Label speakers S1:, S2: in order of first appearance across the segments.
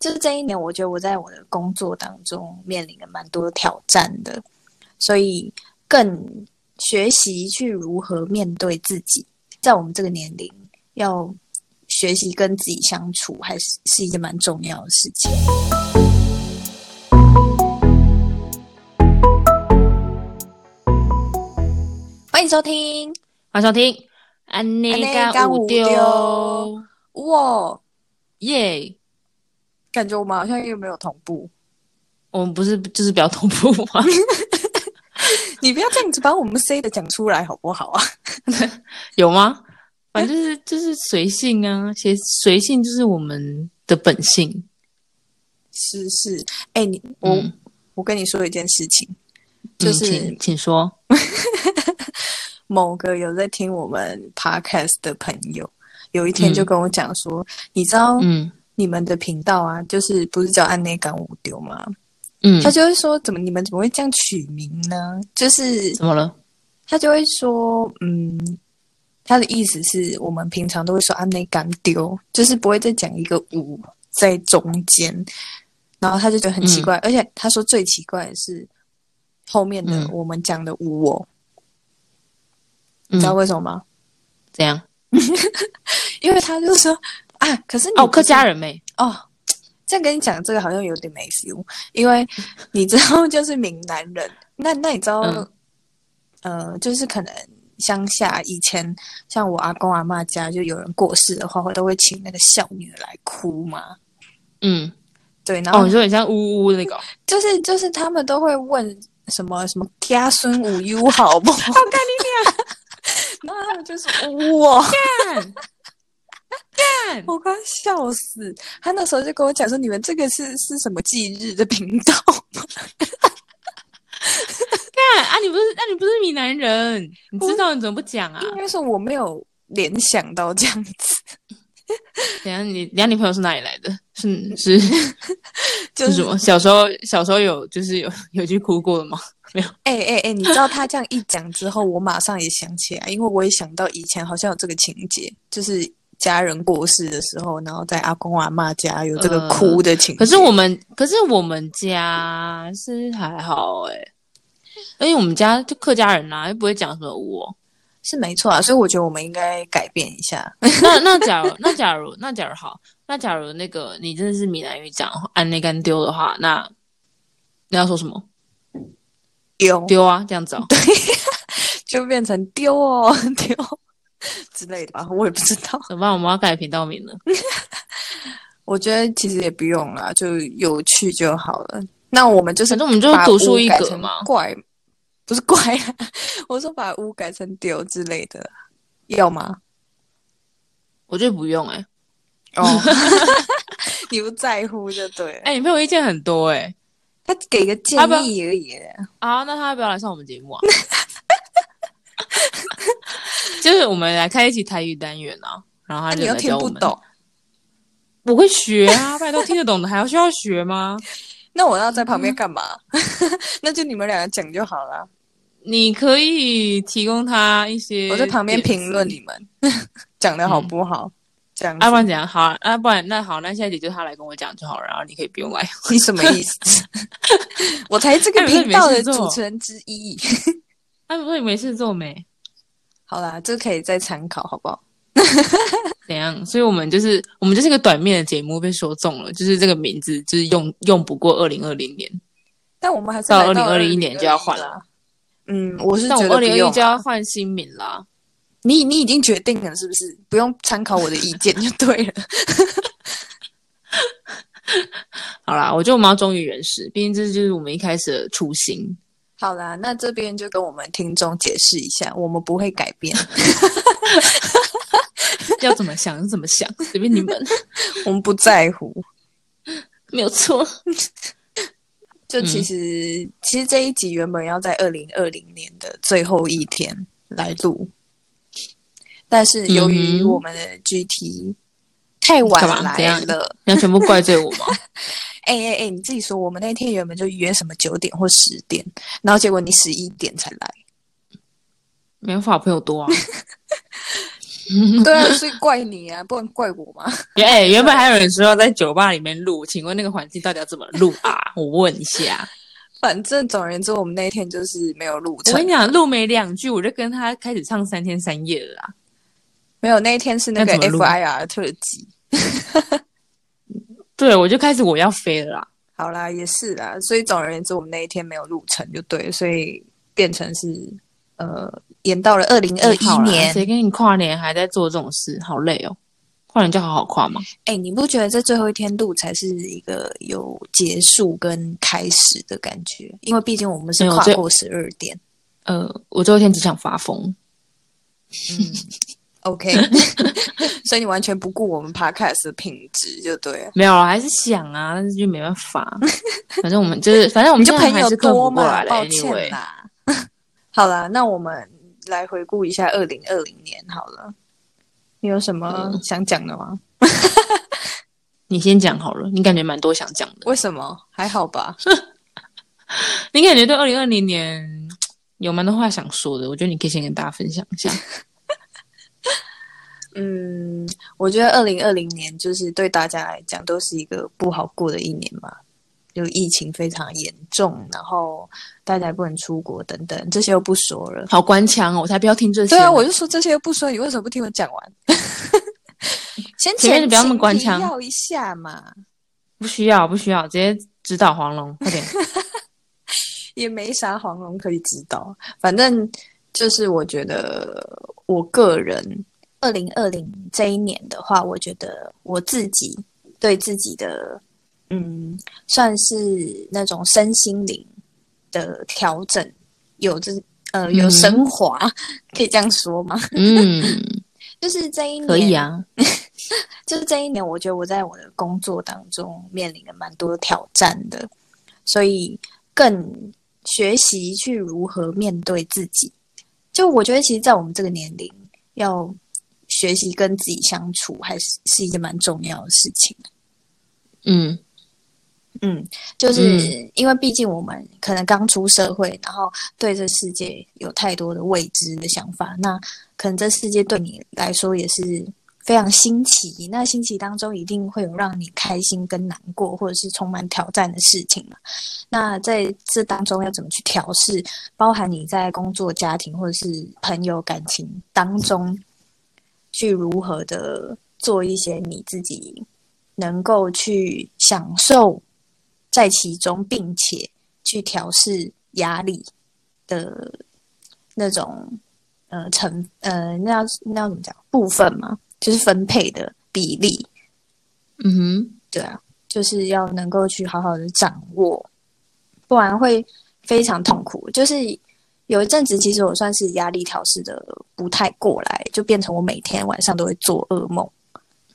S1: 就是这一年，我觉得我在我的工作当中面临了蛮多挑战的，所以更学习去如何面对自己，在我们这个年龄要学习跟自己相处，还是是一件蛮重要的事情。欢迎收听，
S2: 欢迎收听《安内
S1: 安内
S2: 干
S1: 干
S2: 五
S1: 五
S2: 丢
S1: 丢》哇，
S2: 耶！
S1: 感觉我们好像又没有同步。
S2: 我们不是就是比较同步 吗？
S1: 你不要这样子把我们 C 的讲出来好不好啊？
S2: 有吗？反正就是就是随性啊，随随性就是我们的本性。
S1: 是是，哎、你我、
S2: 嗯
S1: 我跟你说一件事情，就
S2: 嗯
S1: 是
S2: 请请说，
S1: 某个有在听我们 podcast 的朋友，有一天就
S2: 嗯
S1: 跟我讲说，你知道
S2: 嗯
S1: 你们的频道啊，就是不是叫安内港五丢吗？
S2: 嗯
S1: 他，就会说，怎么你们怎么会这样取名呢？就是
S2: 怎么了？
S1: 他就会说，嗯，他的意思是我们平常都会说啊，内敢丢，就是不会再讲一个五在中间。然后他就觉得很
S2: 嗯
S1: 奇怪，而且他说最奇怪的是后面的
S2: 嗯
S1: 我们讲的五哦，
S2: 嗯
S1: 你知，道为什么吗？
S2: 怎样？
S1: 因为他就说啊，可是你
S2: 哦，
S1: 不是
S2: 客家人没？
S1: 哦，这样跟你讲这个好像有点没 feel，因为你知道就是闽南人，那那你知道，
S2: 嗯
S1: 呃，就是可能乡下以前像我阿公阿嬷家，就有人过世的话，会都会请那个孝女来哭嘛。
S2: 嗯，
S1: 对，然
S2: 哦，
S1: 后
S2: 你说很像呜呜那个哦，
S1: 就是、就是他们都会问什么什么家孙无忧好不 好？我跟你 讲，然后他们就说哇。
S2: 干干，
S1: 我快笑死！他那时候就跟我讲说：“你们这个是是什么忌日的频道吗？”
S2: 干 啊！你不是，那你不是闽南人，你知道你怎么不讲 啊？
S1: 应该是我没有联想到这样子，
S2: 等一下你，等一下你朋友是哪里来的？是是
S1: 就是
S2: 什
S1: 是
S2: 么？小时候小时候有就是有有去哭过的吗？
S1: 哎哎哎，你知道他这样一讲之后，我马上也想起来，因为我也想到以前好像有这个情节，就是家人过世的时候，然后在阿公阿嬷家有这个哭的情节。
S2: 呃可是我们可是我们家是还好哎、因为我们家就客家人啦、又不会讲什么我。
S1: 是没错啊，所以我觉得我们应该改变一下。
S2: 那 那假如那假如那假如好，那假如那个你真的是闽南语讲按那干丢的话，那你要说什么？
S1: 丢
S2: 丢啊，这样子哦。
S1: 就变成丢哦丢之类的吧，我也不知道。
S2: 怎么办？我们要改频道名了。
S1: 我觉得其实也不用啦，就有趣就好了。那我们就是
S2: 反正我们就
S1: 把
S2: 独树
S1: 屋
S2: 一
S1: 改
S2: 格
S1: 成
S2: 嘛
S1: 怪不是怪啊， 我说把屋改成丢之类的，要吗？
S2: 我觉得不用哎、欸。
S1: 哦， 你不在乎就对了。
S2: 哎、你朋友意见很多哎、
S1: 欸他给个建
S2: 要不要啊
S1: 议而已。
S2: 好，那他要不要来上我们节 目啊？就是我们来开一期台语单元啊，然后
S1: 那
S2: 他
S1: 你
S2: 就
S1: 又
S2: 来
S1: 听
S2: 教我
S1: 不
S2: 们。
S1: 懂，
S2: 我会学啊，拜托听得懂的还要需要学吗？
S1: 那我要在旁
S2: 嗯
S1: 边干嘛？ 那就你们两个讲就好了，
S2: 你可以提供他一些，
S1: 我在旁边评论。你们 讲的
S2: 嗯
S1: 好不好？这样子
S2: 啊，不然怎样？好啊，啊不然那好，那下一集就他来跟我讲就好了，然后你可以不用来。
S1: 你什么意思？ 我才这个
S2: 哎我说你
S1: 频道
S2: 没
S1: 的
S2: 事做
S1: 主持人之一。
S2: 啊，不是你没事做没？
S1: 好啦，这可以再参考，好不好？
S2: 怎样？所以我们就是我们就是一个短面的节目被说中了，就是这个名字就是用用不过二零二零年，
S1: 但我们还是
S2: 到
S1: 来到
S2: 2021年就要换
S1: 了。嗯，我是
S2: 但
S1: 觉
S2: 我
S1: 得
S2: 二
S1: 不
S2: 零二
S1: 用
S2: 一就要换新名啦。
S1: 你你已经决定了是不是？不用参考我的意见就对了。
S2: 好啦，我觉得我们要忠于人识，毕竟这就是我们一开始的初 心。
S1: 好啦，那这边就跟我们听众解释一下，我们不会改变，
S2: 要怎么想就怎么想，随便你 们，
S1: 我们不在乎。
S2: 没有错。
S1: 就
S2: 嗯
S1: 其实、其实这一集原本要在二零二零年的最后一天来录，但是由于
S2: 嗯哼
S1: 我们的 GT 太晚
S2: 干嘛怎
S1: 来
S2: 样
S1: 了，
S2: 你要全部怪罪我吗？
S1: 哎哎哎，你自己说，我们那天原本就约什么九点或十点，然后结 果你十一点才来。
S2: 没办法，我朋友多啊。
S1: 对啊，所以怪你啊，不然怪我嘛。
S2: 原、哎原本还有人说要在酒吧里面录，请问那个环境到底要怎么录啊？我问一下。
S1: 反正总而言之，我们那一天就是没有录
S2: 我
S1: 成
S2: 跟，你讲，录没两句，我就跟他开始唱三天三夜了啦。
S1: 没有那一天是那个
S2: 那怎么录
S1: FIR 特辑。
S2: 对，我就开始我要飞了啦。
S1: 好啦，也是啦，所以总而言之，我们那一天没有录成就对了，所以变成是呃延到了二零二
S2: 好
S1: 一
S2: 啦
S1: 年。
S2: 谁跟你跨年还在做这种事，好累哦。跨年就好好跨嘛。
S1: 哎、你不觉得这最后一天录才是一个有结束跟开始的感觉？因为毕竟我们是
S2: 没有
S1: 跨
S2: 这
S1: 过十二点。
S2: 呃，我最后一天只想发疯。
S1: 嗯，OK，所以你完全不顾我们 Podcast 的品质就对了。
S2: 没有啊，还是想啊，但是就没办 法。反正我们就是，反正我
S1: 你
S2: 们
S1: 就
S2: 现在
S1: 朋
S2: 还
S1: 友
S2: 是克
S1: 多
S2: 服过
S1: 嘛
S2: 来，了。
S1: 抱
S2: anyway
S1: 歉啦。好啦，那我们来回顾一下二零二零年好了。你有什么想讲的吗？
S2: 你先讲好了，你感觉蛮多想讲的。
S1: 为什么？还好吧。
S2: 你感觉对二零二零年有蛮多话想说的，我觉得你可以先跟大家分享一下。
S1: 嗯，我觉得二零二零年就是对大家来讲都是一个不好过的一年嘛，就疫情非常严重，然后大家也不能出国等等，这些又不说了。
S2: 好官腔哦，我才不要听这些
S1: 对
S2: 呢。
S1: 啊，我就说这些又不说，你为什么不听我讲完？ 先
S2: 前面
S1: 前
S2: 不要那么
S1: 情
S2: 官
S1: 提
S2: 腔
S1: 要一下嘛，
S2: 不需要，不需要，直接指导黄龙，快点。
S1: 也没啥黄龙可以知道。反正就是我觉得，我个人二零二零这一年的话，我觉得我自己对自己的嗯，算是那种身心灵的调整，有这呃有
S2: 嗯
S1: 升华，可以这样说吗？
S2: 嗯，
S1: 就是这一年
S2: 可 以啊。
S1: 就是这一年，我觉得我在我的工作当中面临了蛮多挑战的，所以更学习去如何面对自己。就我觉得，其实，在我们这个年龄，要学习跟自己相处，还是是一件蛮重要的事情。
S2: 嗯，
S1: 嗯，就是因为毕竟我们可能刚出社会，然后对这世界有太多的未知的想法，那可能这世界对你来说也是非常新奇。那新奇当中一定会有让你开心跟难过，或者是充满挑战的事情嘛。那在这当中要怎么去调试，包含你在工作、家庭或者是朋友感情当中，去如何的做一些你自己能够去享受在其中，并且去调试压力的那种呃成呃那要那要怎么讲部分嘛，就是分配的比例，
S2: 嗯哼，
S1: 对啊，就是要能够去好好的掌握，不然会非常痛苦。就是有一阵子，其实我算是压力调试的不太过来，就变成我每天晚上都会做噩梦。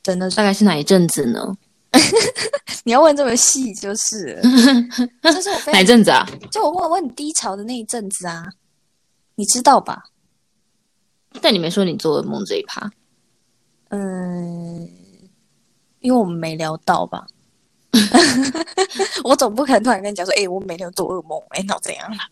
S1: 真的是，
S2: 大概是哪一阵子呢？
S1: 你要问这么细就是了，就是我非
S2: 哪一
S1: 常
S2: 阵子啊？
S1: 就我问我很低潮的那一阵子啊，你知道吧？
S2: 但你没说你做噩梦这一趴。
S1: 嗯，因为我们没聊到吧。我总不可能突然跟你讲说，哎、我每天有做噩梦，哎、那我怎样啦？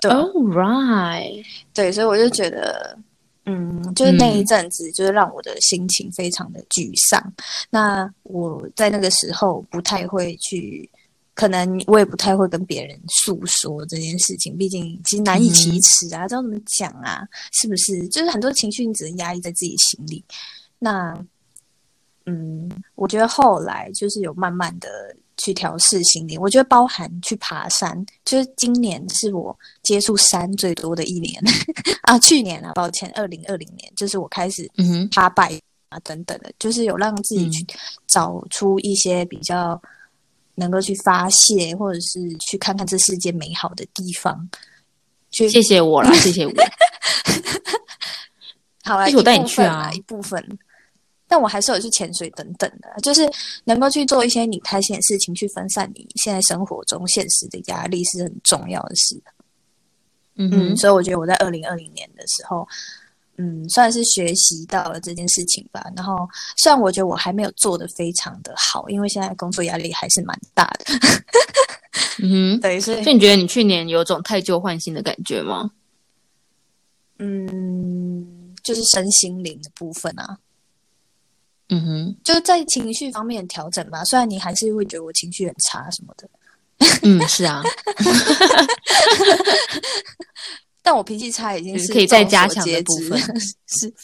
S1: 对啊
S2: All Oh, right，
S1: 对，所以我就觉得，嗯，就是那一阵子，就是让我的心情非常的沮丧。那我在那个时候不太会去，可能我也不太会跟别人诉说这件事情，毕竟其实难以启齿啊，知道怎么讲啊，是不是？就是很多情绪你只能压抑在自己心里。那，嗯，我觉得后来就是有慢慢的去调试心理，我觉得包含去爬山，就是今年是我接触山最多的一年 啊，去年啊，抱歉，二零二零年，就是我开始
S2: 嗯哼，
S1: 爬百啊等等的，就是有让自己去找出一些比较能够去发泄，或者是去看看这世界美好的地方。去
S2: 谢谢我 啦，谢谢我。
S1: 好啦，
S2: 而且我带
S1: 一
S2: 你
S1: 部分
S2: 去啊
S1: 啦一部分。但我还是有去潜水等等的，啊就是能够去做一些你开心的事情，去分散你现在生活中现实的压力是很重要的事。嗯，
S2: 嗯哼，
S1: 所以我觉得我在二零二零年的时候，嗯，算是学习到了这件事情吧。然后虽然我觉得我还没有做得非常的好，因为现在工作压力还是蛮大的，
S2: 嗯
S1: 对，所
S2: 哼。
S1: 以
S2: 所以你觉得你去年有种太旧换新的感觉吗？
S1: 嗯，就是身心灵的部分啊，
S2: 嗯哼，
S1: 就是在情绪方面调整吧。虽然你还是会觉得我情绪很差什么的，
S2: 嗯，是啊，
S1: 但我脾气差已经
S2: 就是
S1: 是
S2: 可以再
S1: 众所
S2: 加强的
S1: 皆
S2: 部
S1: 知
S2: 分。
S1: 是，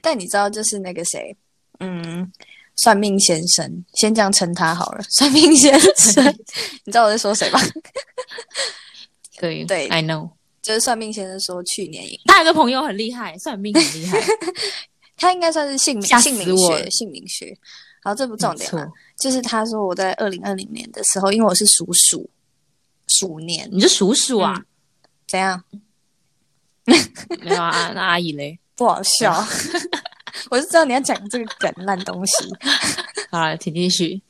S1: 但你知道，就是那个谁，嗯，算命先生，先这样称他好了。算命先 生，你知道我在说谁吧？
S2: 对
S1: 对
S2: ，I know。
S1: 就是算命先生说，去年赢，
S2: 他有个朋友很厉害，算命很厉害，
S1: 他应该算是姓名
S2: 吓死
S1: 姓名
S2: 我
S1: 学
S2: 了
S1: 姓名学。好，这不重点啊
S2: 没
S1: 了
S2: 错。
S1: 就是他说我在二零二零年的时候，因为我是属鼠，鼠年
S2: 你是鼠鼠啊？
S1: 怎样？
S2: 没有啊，那阿姨嘞？
S1: 不好笑。
S2: 啊
S1: 我是知道你要讲这个梗烂东西。
S2: 好了，请继续。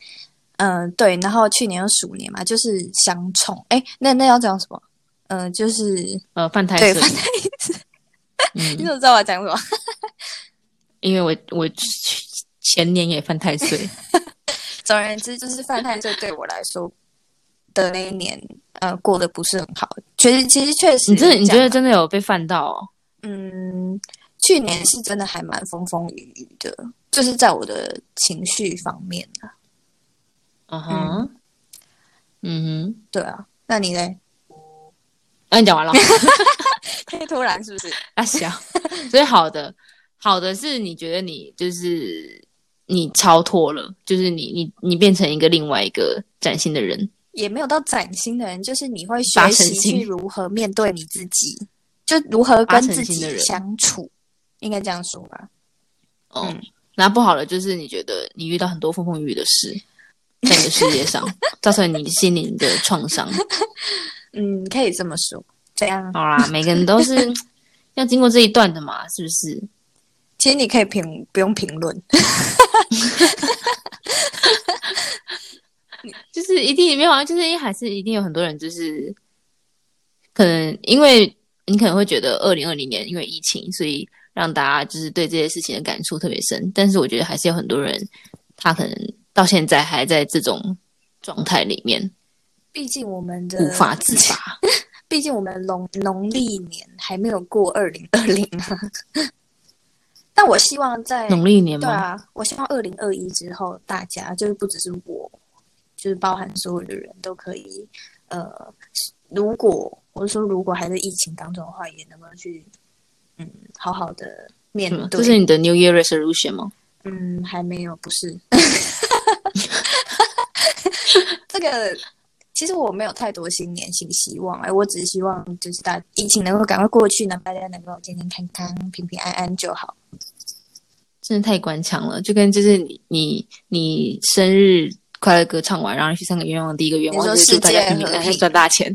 S1: 嗯，对，然后去年又鼠年嘛，就是相冲。哎，那那要讲什么？嗯、就是
S2: 呃，犯太
S1: 对，
S2: 岁
S1: 反，正你
S2: 嗯，
S1: 怎么知道我要讲什么？
S2: 因为我我前年也犯太岁，
S1: 总而言之，就是犯太岁对我来说的那一年，呃，过得不是很好。其实，其实确实
S2: 你
S1: 这
S2: 真的
S1: 样，
S2: 你觉得真的有被犯到哦？
S1: 嗯，去年是真的还蛮风风雨雨的，就是在我的情绪方面啊。
S2: 嗯哼，嗯哼，
S1: 对啊，那你嘞？
S2: 那你讲完了。
S1: 太突然是不是？
S2: 大小，所以好的，好的是你觉得你就是你超脱了，就是你你你变成一个另外一个崭新的人，
S1: 也没有到崭新的人，就是你会
S2: 发
S1: 学
S2: 神
S1: 习
S2: 经
S1: 去如何面对你自己，就如何
S2: 发
S1: 跟
S2: 神
S1: 自
S2: 经的
S1: 己
S2: 人
S1: 相处，应该这样说吧。
S2: 哦。
S1: 嗯
S2: 然后不好的就是你觉得你遇到很多风风雨雨的 事，在你的世界上造成你心灵的创伤。
S1: 嗯，可以这么说。这样，
S2: 好啦，每个人都是要经过这一段的嘛，是不是？
S1: 其实你可以评，不用评论。
S2: 就是一定没有啊，就是因为还是一定有很多人就是，可能因为你可能会觉得二零二零年因为疫情，所以让大家就是对这些事情的感触特别深。但是我觉得还是有很多人，他可能到现在还在这种状态里面
S1: 毕竟我们的
S2: 无法自拔。
S1: 毕竟我们农农历年还没有过二零二零啊。 但我希望在
S2: 农历年
S1: 对
S2: 嘛，
S1: 啊，我希望二零二一之后，大家就是不只是我，就是包含所有的人都可以，呃，如果我是说如果还在疫情当中的话，也能够去，嗯，好好的面
S2: 嗯，这
S1: 对。
S2: 是你的 New Year Resolution 吗？
S1: 嗯，还没有，不是。 这个其实我没有太多新年新希望，哎，我只希望就是大疫情能够赶快过去，呢，大家能够健健康康、平平安安就好。
S2: 真的太官腔了，就跟就是你你你生日快乐歌唱完，然后许三个愿望，第一个愿望
S1: 你
S2: 就
S1: 说
S2: 是祝大家
S1: 世界
S2: 平平安
S1: 和
S2: 安
S1: 平
S2: 赚大钱。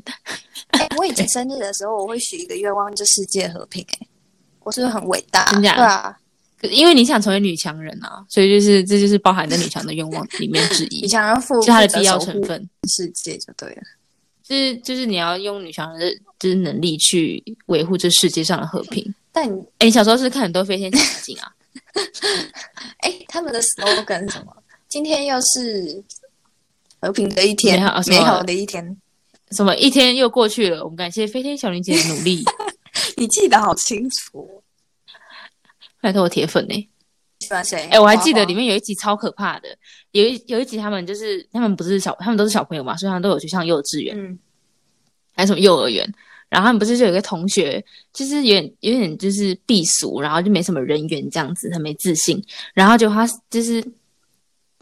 S1: 哎，我以前生日的时候，我会许一个愿望，就世界和平、哎，我是不是很伟大？
S2: 真
S1: 对
S2: 假
S1: 啊，
S2: 可因为你想成为女强人啊，所以就是这就是包含在女强的愿望里面之一
S1: 你，想要负
S2: 是它
S1: 负
S2: 的
S1: 责
S2: 必要
S1: 守
S2: 成
S1: 护
S2: 分。
S1: 世界就对了。
S2: 就是就是你要用女强人的就是能力去维护这世界上的和平。
S1: 但你
S2: 哎，你小时候是不是看很多飞天小女警啊？
S1: 哎，他们的 slogan 是什么？ 今天又是和平的一天，
S2: 美好哦什么
S1: 美好的一天。
S2: 什么一天又过去了，我们感谢飞天小女警的努力，
S1: 你记得好清楚哦。
S2: 拜托我铁粉呢、欸
S1: 喜欢谁？
S2: 哎、我还记得里
S1: 面
S2: 面有一集超可怕的，有一有一集他们就是他们不是小，他们都是小朋友嘛，所以他们都有去上幼稚园。
S1: 嗯，
S2: 还是什么幼儿园，然后他们不是就有一个同学，就是有点有点就是避俗，然后就没什么人缘这样子，很没自信，然后就他就是。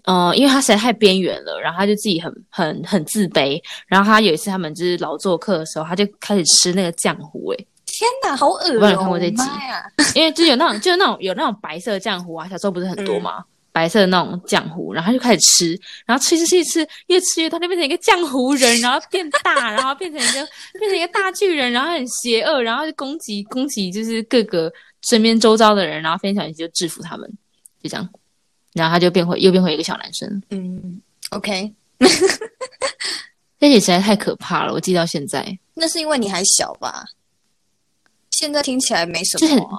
S2: 呃，因为他实在太边缘了，然后他就自己很很很自卑。然后他有一次他们就是劳作课的时候，他就开始吃那个浆糊、欸，
S1: 天哪，好恶
S2: 我
S1: 哦、
S2: 帮你看过这集
S1: 妈呀，
S2: 因为就有那种，就是那种有那种白色浆糊啊，小时候不是很多嘛，白色的那种浆糊，然后他就开始吃，然后吃吃吃吃，越吃越多，他就变成一个浆糊人，然后变大，然后变成一个变成一个大巨人，然后很邪恶，然后就攻击攻击就是各个身边周遭的人，然后飞天小女警就制服他们，就这样，然后他就变回又变回一个小男生，
S1: 嗯，OK，
S2: 这也实在太可怕了，我记到现在，
S1: 那是因为你还小吧？现在听起来没什
S2: 就很
S1: 么啊、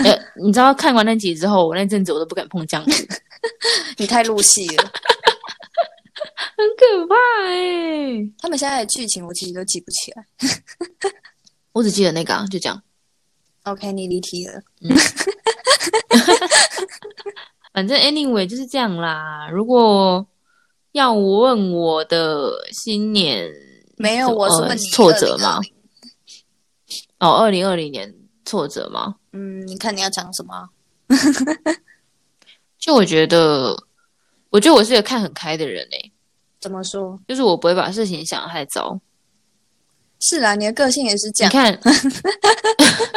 S2: 呃，你知道看完那集之后，我那阵子我都不敢碰浆糊，
S1: 你太入戏了。
S2: 很可怕哎、
S1: 他们现在的剧情我其实都记不起来。
S2: 我只记得那个、啊，就这样。
S1: OK，你离题
S2: 嗯
S1: 了。
S2: 反正 anyway 就是这样啦。如果要我问我的新年
S1: 没有，
S2: 怎么
S1: 我是
S2: 呃
S1: 问你
S2: 挫折吗
S1: 2020？
S2: 哦，二零二零年挫折吗？
S1: 嗯，你看你要讲什么？
S2: 就我觉得，我觉得我是一个看很开的人诶、欸
S1: 怎么说？
S2: 就是我不会把事情想得太糟。
S1: 是啦，你的个性也是这样。
S2: 你看，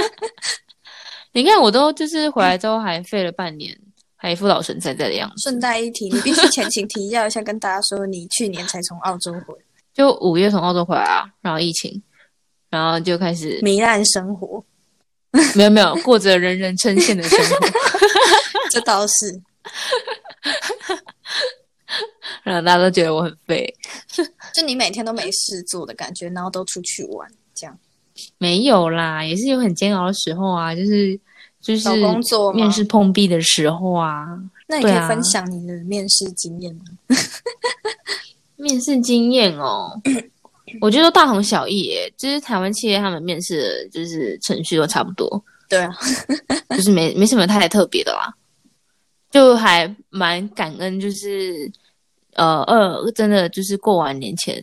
S2: 你看，我都就是回来之后还废了半年，还一副老神在在的样子。
S1: 顺带一提，你必须前情提要一下，跟大家说，你去年才从澳洲回
S2: 就五月从澳洲回来啊，然后疫情，然后就开始
S1: 糜烂生活，
S2: 没有没有过着人人称羡的生活。
S1: 这倒是。
S2: 然后大家都觉得我很废。
S1: 就你每天都没事做的感觉，然后都出去玩，这样
S2: 没有啦，也是有很煎熬的时候啊，就是就是
S1: 找工作吗
S2: 面？试碰壁的时候啊，
S1: 那你可
S2: 对啊
S1: 以分享你的面试经验吗？
S2: 面试经验 哦，我觉得都大同小异耶。就是台湾企业他们面试的就是程序都差不多，
S1: 对啊，
S2: 就 是没没什么太特别的啦，就还蛮感恩，就是呃二真的就是过完年前，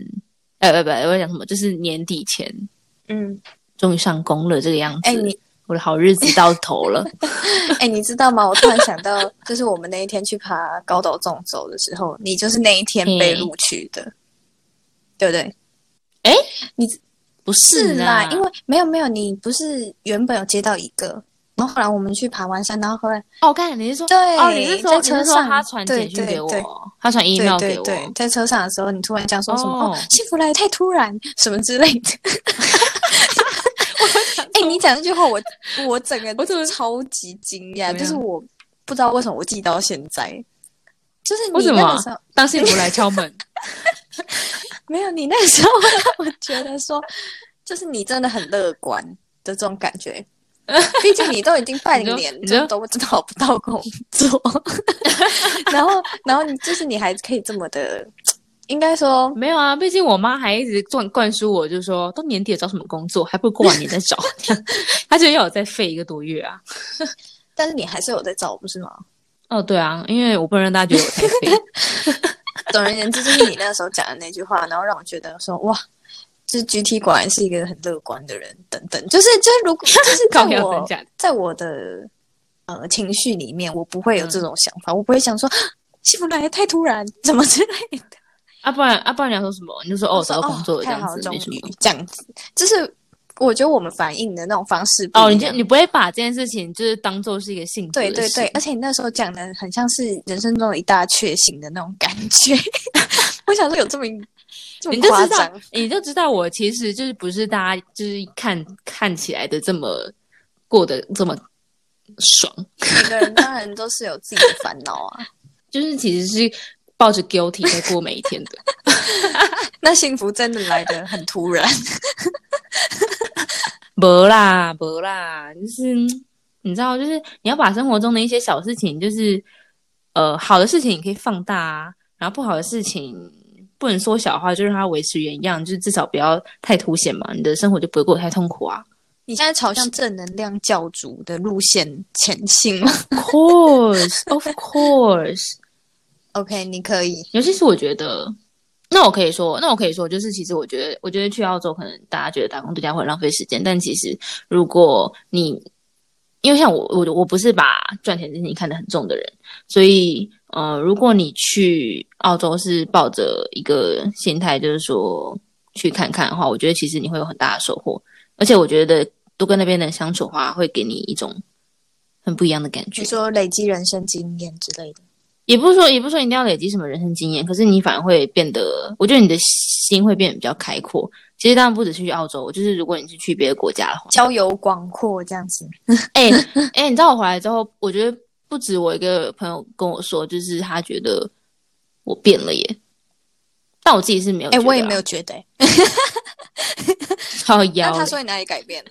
S2: 哎不不，我在讲什么？就是年底前
S1: 嗯，
S2: 终于上工了这个样子。
S1: 哎、你
S2: 我的好日子到头 了。
S1: 哎、你知道吗？我突然想到，就是我们那一天去爬高岛纵走的时候，你就是那一天被
S2: 嗯
S1: 录取的，对不对？
S2: 不是
S1: 啦
S2: 啦，，
S1: 因为没有没有，你不是原本有接到一个，然后后来我们去爬完山，然后后来
S2: 哦，我看你是说，
S1: 对
S2: 哦，你是说
S1: 在车
S2: 你是说
S1: 上
S2: 他传
S1: 对
S2: 简讯
S1: 对
S2: 给我
S1: 对，
S2: 他传 email
S1: 对
S2: 给
S1: 对
S2: 我，
S1: 对，在车上的时候，你突然讲说什么
S2: 哦
S1: 哦幸福来得太突然什么之类的。 哎、你讲这句话，我我整个
S2: 我怎么
S1: 超级惊
S2: 怎
S1: 讶，
S2: 么
S1: 就是
S2: 样
S1: 我不知道为什么我记到现在，就是
S2: 为
S1: 你
S2: 什么
S1: 那
S2: 啊
S1: 个时候
S2: 当幸福来敲门，
S1: 没有，你那个时候让我觉得说，就是你真的很乐观的这种感 觉。毕竟你都已经半
S2: 你就
S1: 年
S2: 你
S1: 就
S2: 就
S1: 都找不到工作， 然后然后你就是你还可以这么的，应该说
S2: 没有啊，毕竟我妈还一直灌灌输我，就说都年底了找什么工作，还不如过完年再找，这样 她就要我再废一个多月啊。
S1: 但是你还是有在找，不是吗？
S2: 哦，对啊，因为我不能让大家觉得我太废。
S1: 总而言之，就是你那时候讲的那句话，然后让我觉得说，哇，这 GT 果然是一个很乐观的人，等等，就是就是如果就是在
S2: 靠腰
S1: 我
S2: 真假的
S1: 在我的呃情绪里面，我不会
S2: 嗯
S1: 有这种想法，我不会想说啊幸福来的太突然，怎么之类的。
S2: 啊，不然啊，不然你要说什么？你就说哦，
S1: 我说
S2: 找到工作了
S1: 哦
S2: 这
S1: 太
S2: 样
S1: 好了，
S2: 子，
S1: 终
S2: 没什么
S1: 于。这样子，就是我觉得我们反应的那种方式不
S2: 哦，
S1: 一
S2: 你就
S1: 样
S2: 你不会把这件事情就是当做是一个幸福
S1: 对
S2: 的
S1: 对
S2: 事
S1: 对，而且你那时候讲的很像是人生中的一大确幸的那种感觉， 我想说有这么一这
S2: 你
S1: 么
S2: 就
S1: 夸
S2: 知道
S1: 张。，
S2: 你就知道我其实就是不是大家就是看看起来的这么过得这么爽，
S1: 每个人当然都是有自己的烦恼 啊。
S2: 就是其实是抱着 guilty 在过每一天的。
S1: 那幸福真的来得很突然，
S2: 没啦，没啦，就是嗯你知道，就是你要把生活中的一些小事情，就是呃好的事情你可以放大啊，然后不好的事情不能缩小的话，就让它维持原样，就是至少不要太凸显嘛，你的生活就不会过得太痛苦啊。
S1: 你现在朝向正能量教主的路线前进了。
S2: course, of course。
S1: OK，你可以，
S2: 尤其是我觉得，那我可以说，那我可以说，就是其实我觉得，我觉得去澳洲可能大家觉得打工度假会很浪费时间，但其实如果你因为像我，我我不是把赚钱这件事情看得很重的人，所以呃，如果你去澳洲是抱着一个心态，就是说去看看的话，我觉得其实你会有很大的收获，而且我觉得多跟那边的人相处的话，会给你一种很不一样的感觉
S1: 你。说累积人生经验之类的。
S2: 也不是说，也不是说一定要累积什么人生经验，可是你反而会变得，我觉得你的心会变得比较开阔。其实当然不只是去澳洲，就是如果你是去别的国家的话，
S1: 交友广阔这样子，
S2: 哎哎、你知道我回来之后，我觉得不止我一个朋友跟我说，就是他觉得我变了耶，但我自己是没有
S1: 哎、
S2: 觉得啊、
S1: 我也没有觉得、欸。
S2: 靠腰
S1: 那
S2: 嘞。
S1: 他说你哪里改变了？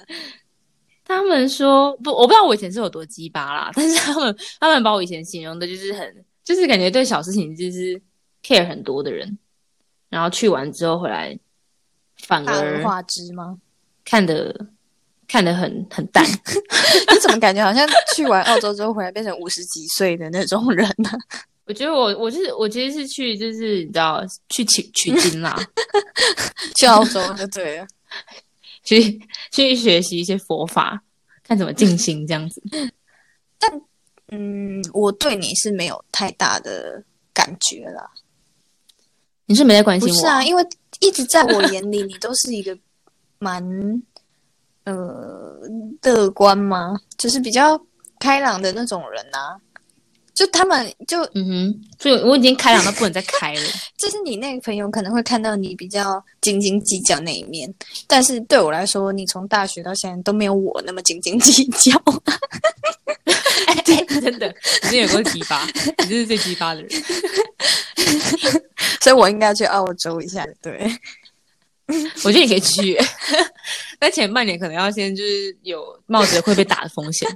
S2: 他们说不，我不知道我以前是有多鸡巴啦， 但是他们他们把我以前形容的就是很，就是感觉对小事情就是 care 很多的人，然后去完之后回来，反
S1: 大而
S2: 而
S1: 化之吗？
S2: 看的看得很很淡。
S1: 你怎么感觉好像去完澳洲之后回来变成五十几岁的那种人呢、
S2: 我觉得我我是我其实是去就是你知道去取取经啦，
S1: 去澳洲就 对啊了。
S2: 去去学习一些佛法，看怎么静心这样子。
S1: 嗯，我对你是没有太大的感觉啦。
S2: 你是没在关
S1: 不
S2: 心
S1: 是
S2: 我？
S1: 啊，因为一直在我眼里，你都是一个蛮呃乐观嘛，就是比较开朗的那种人呐、就他们就
S2: 嗯哼，所以我已经开朗到不能再开了。
S1: 就是你那个朋友可能会看到你比较斤斤计较那一面，但是对我来说，你从大学到现在都没有我那么斤斤计较。
S2: 哎、 对，真的，你真有够鸡巴，你就是最鸡巴的人。
S1: 所以我应该去澳洲一下，对，
S2: 我觉得你可以 去，但前半年可能要先就是有冒着会被打的风险。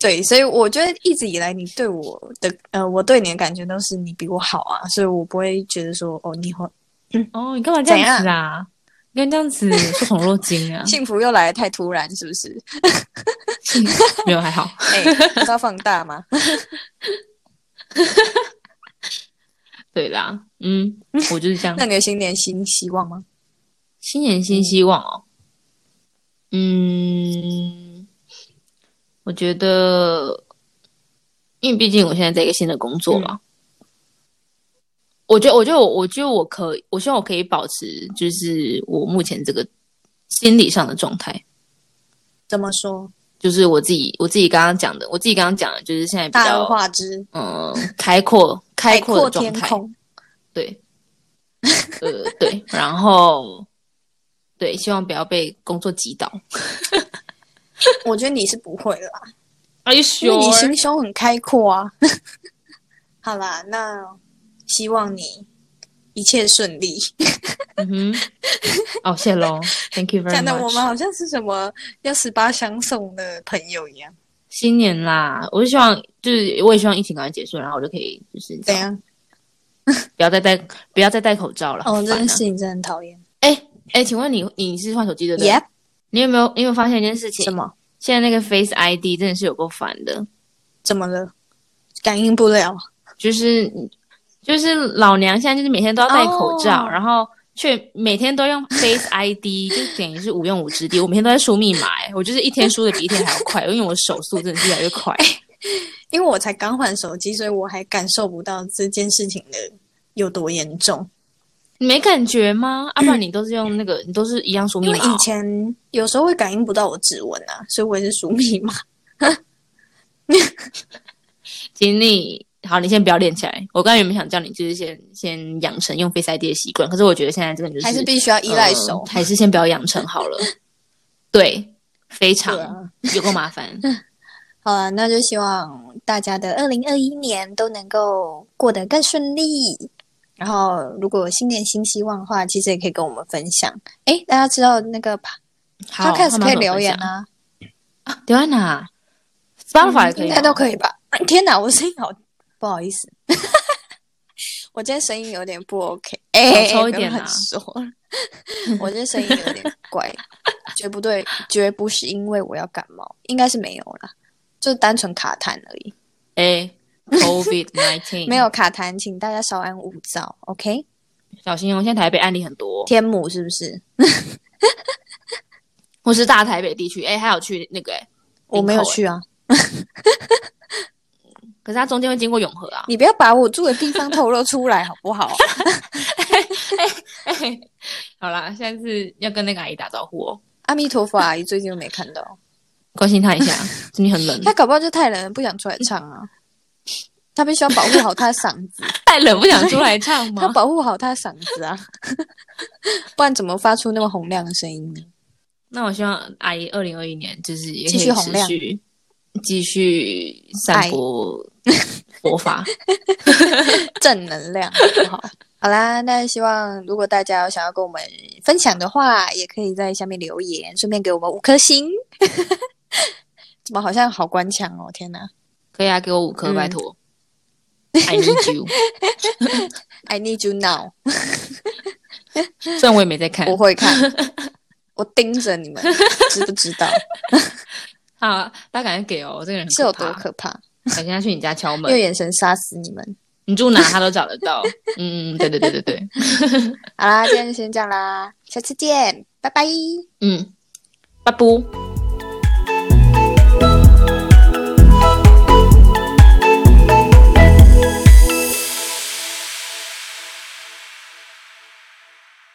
S1: 对，所以我觉得一直以来你对我的，呃，我对你的感觉都是你比我好啊，所以我不会觉得说，哦，你好，
S2: 哦，你干嘛这样子啊？你干嘛这样子受宠若惊 啊？
S1: 幸福又来得太突然，是不是？
S2: 没有还好。
S1: 哎、 不知道放大吗？
S2: 嗯对啦，嗯，我就是这样
S1: 那。你有新年新希望吗？
S2: 新年新希望哦，嗯，我觉得，因为毕竟我现在在一个新的工作嘛，
S1: 嗯
S2: 我觉得，我觉得我，我觉得我可以，我希望我可以保持，就是我目前这个心理上的状态，
S1: 怎么说？
S2: 就是我自己，我自己刚刚讲的，我自己刚刚讲的，就是现在比
S1: 大而
S2: 较，
S1: 化之，
S2: 嗯、开阔，开
S1: 海
S2: 阔
S1: 阔
S2: 的状
S1: 天
S2: 态，
S1: 空。
S2: 对，呃，对，然后，对，希望不要被工作击倒。
S1: 我觉得你是不会的啦，
S2: Are you
S1: 因为你
S2: sure？
S1: 心胸很开阔啊。 好啦，那希望你一切顺利。
S2: 嗯哼， 哦，谢喽，Thank you very
S1: 讲的我们
S2: much。
S1: 好像是什么要十八相送的朋友一样，
S2: 新年啦，我就希望，就是我也希望疫情赶快结束，然后我就可以，就是
S1: 怎样？
S2: 不要再戴，不要再戴口罩了。
S1: 哦，
S2: 很
S1: 这
S2: 烦
S1: 件
S2: 啊
S1: 事。情真的很讨厌。
S2: 哎哎，请问你你是换手机的对不对
S1: Yep，
S2: 你有没有你有没有发现一件事情？
S1: 什么？
S2: 现在那个 Face ID 真的是有够烦的，
S1: 怎么了？感应不了。啊
S2: 就是就是老娘现在就是每天都要戴口罩
S1: 哦
S2: 然后却每天都用 Face ID，就 等于是无用武之地。我每天都在输密码、哎我就是一天输的比一天还要快， 因为我手速真的是越来越快。
S1: 因为我才刚换手机，所以我还感受不到这件事情的有多严重。
S2: 你没感觉吗？啊，不然你都是用那个，你都是一样输密
S1: 因为
S2: 码
S1: 以
S2: 哦。
S1: 前有时候会感应不到我指纹啊，所以我也是输密码。
S2: 请你好，你先不要练起来。我刚才原本想叫你，就是先先养成用 Face ID 的习惯，可是我觉得现在这个你就是
S1: 还是必须要依赖手啊
S2: 呃还是先不要养成好了。对，非常、
S1: 对啊
S2: 有够麻 烦。
S1: 好了，那就希望大家的二零二一年都能够过得更顺利。然后，如果有新年新希望的话，其实也可以跟我们分享。诶，大家知道那个 p
S2: 好
S1: o d c a s 可以留言
S2: 啊，
S1: 啊，
S2: 留在哪？Spotify 也可以
S1: 应
S2: 吗，
S1: 该都可以吧？天哪，我声音好不好意思， 我今天声音有点不 OK，哎、
S2: 抽一点啊
S1: 不要乱说，我今天声音有点 怪，绝不对，绝不是因为我要感冒，应该是没有啦，就单纯卡痰而已。
S2: 哎，Covid nineteen
S1: 没有卡痰，请大家稍安勿躁，OK？
S2: 小心哦，现在台北案例很多，
S1: 天母是不是？
S2: 或是大台北地区，哎，还有去那个哎，
S1: 我没有去啊，
S2: 可是它中间会经过永和啊。
S1: 你不要把我住的地方透露出来好不好？
S2: 哎好啦，下次要跟那个阿姨打招呼哦，
S1: 阿弥陀佛阿姨最近又没看到，
S2: 关心她一下， 最近很冷，
S1: 她搞不好就太冷了，不想出来唱啊。她必须要保护好她的嗓子，
S2: 太冷不想出来唱
S1: 她
S2: 吗？
S1: 保护好她的嗓子啊， 不然怎么发出那么洪亮的声音呢？
S2: 那我希望阿姨二零二一年就是也可
S1: 继
S2: 以
S1: 续洪
S2: 持
S1: 亮
S2: 续继续散播 佛法。
S1: 正能量，好不好？好啦，那希望如果大家有想要跟我们分享的话，也可以在下面留言，顺便给我们五颗星。 怎么好像好官腔哦？天哪
S2: 可以啊，给我五颗，
S1: 嗯
S2: 拜托。I need you，
S1: ！I need you now。
S2: 虽然我也没在看
S1: 我。会看。我盯着你们，知不知道
S2: 啊，大家敢给哦，我这个人很
S1: 是有
S2: 怕
S1: 多可怕？
S2: 敢跟他去你家敲门
S1: 用，眼神杀死你们。
S2: 你住哪他都找得到。嗯嗯，对对对对对，
S1: 好啦，今天就先这样啦，下次见，拜拜。
S2: 嗯，巴布。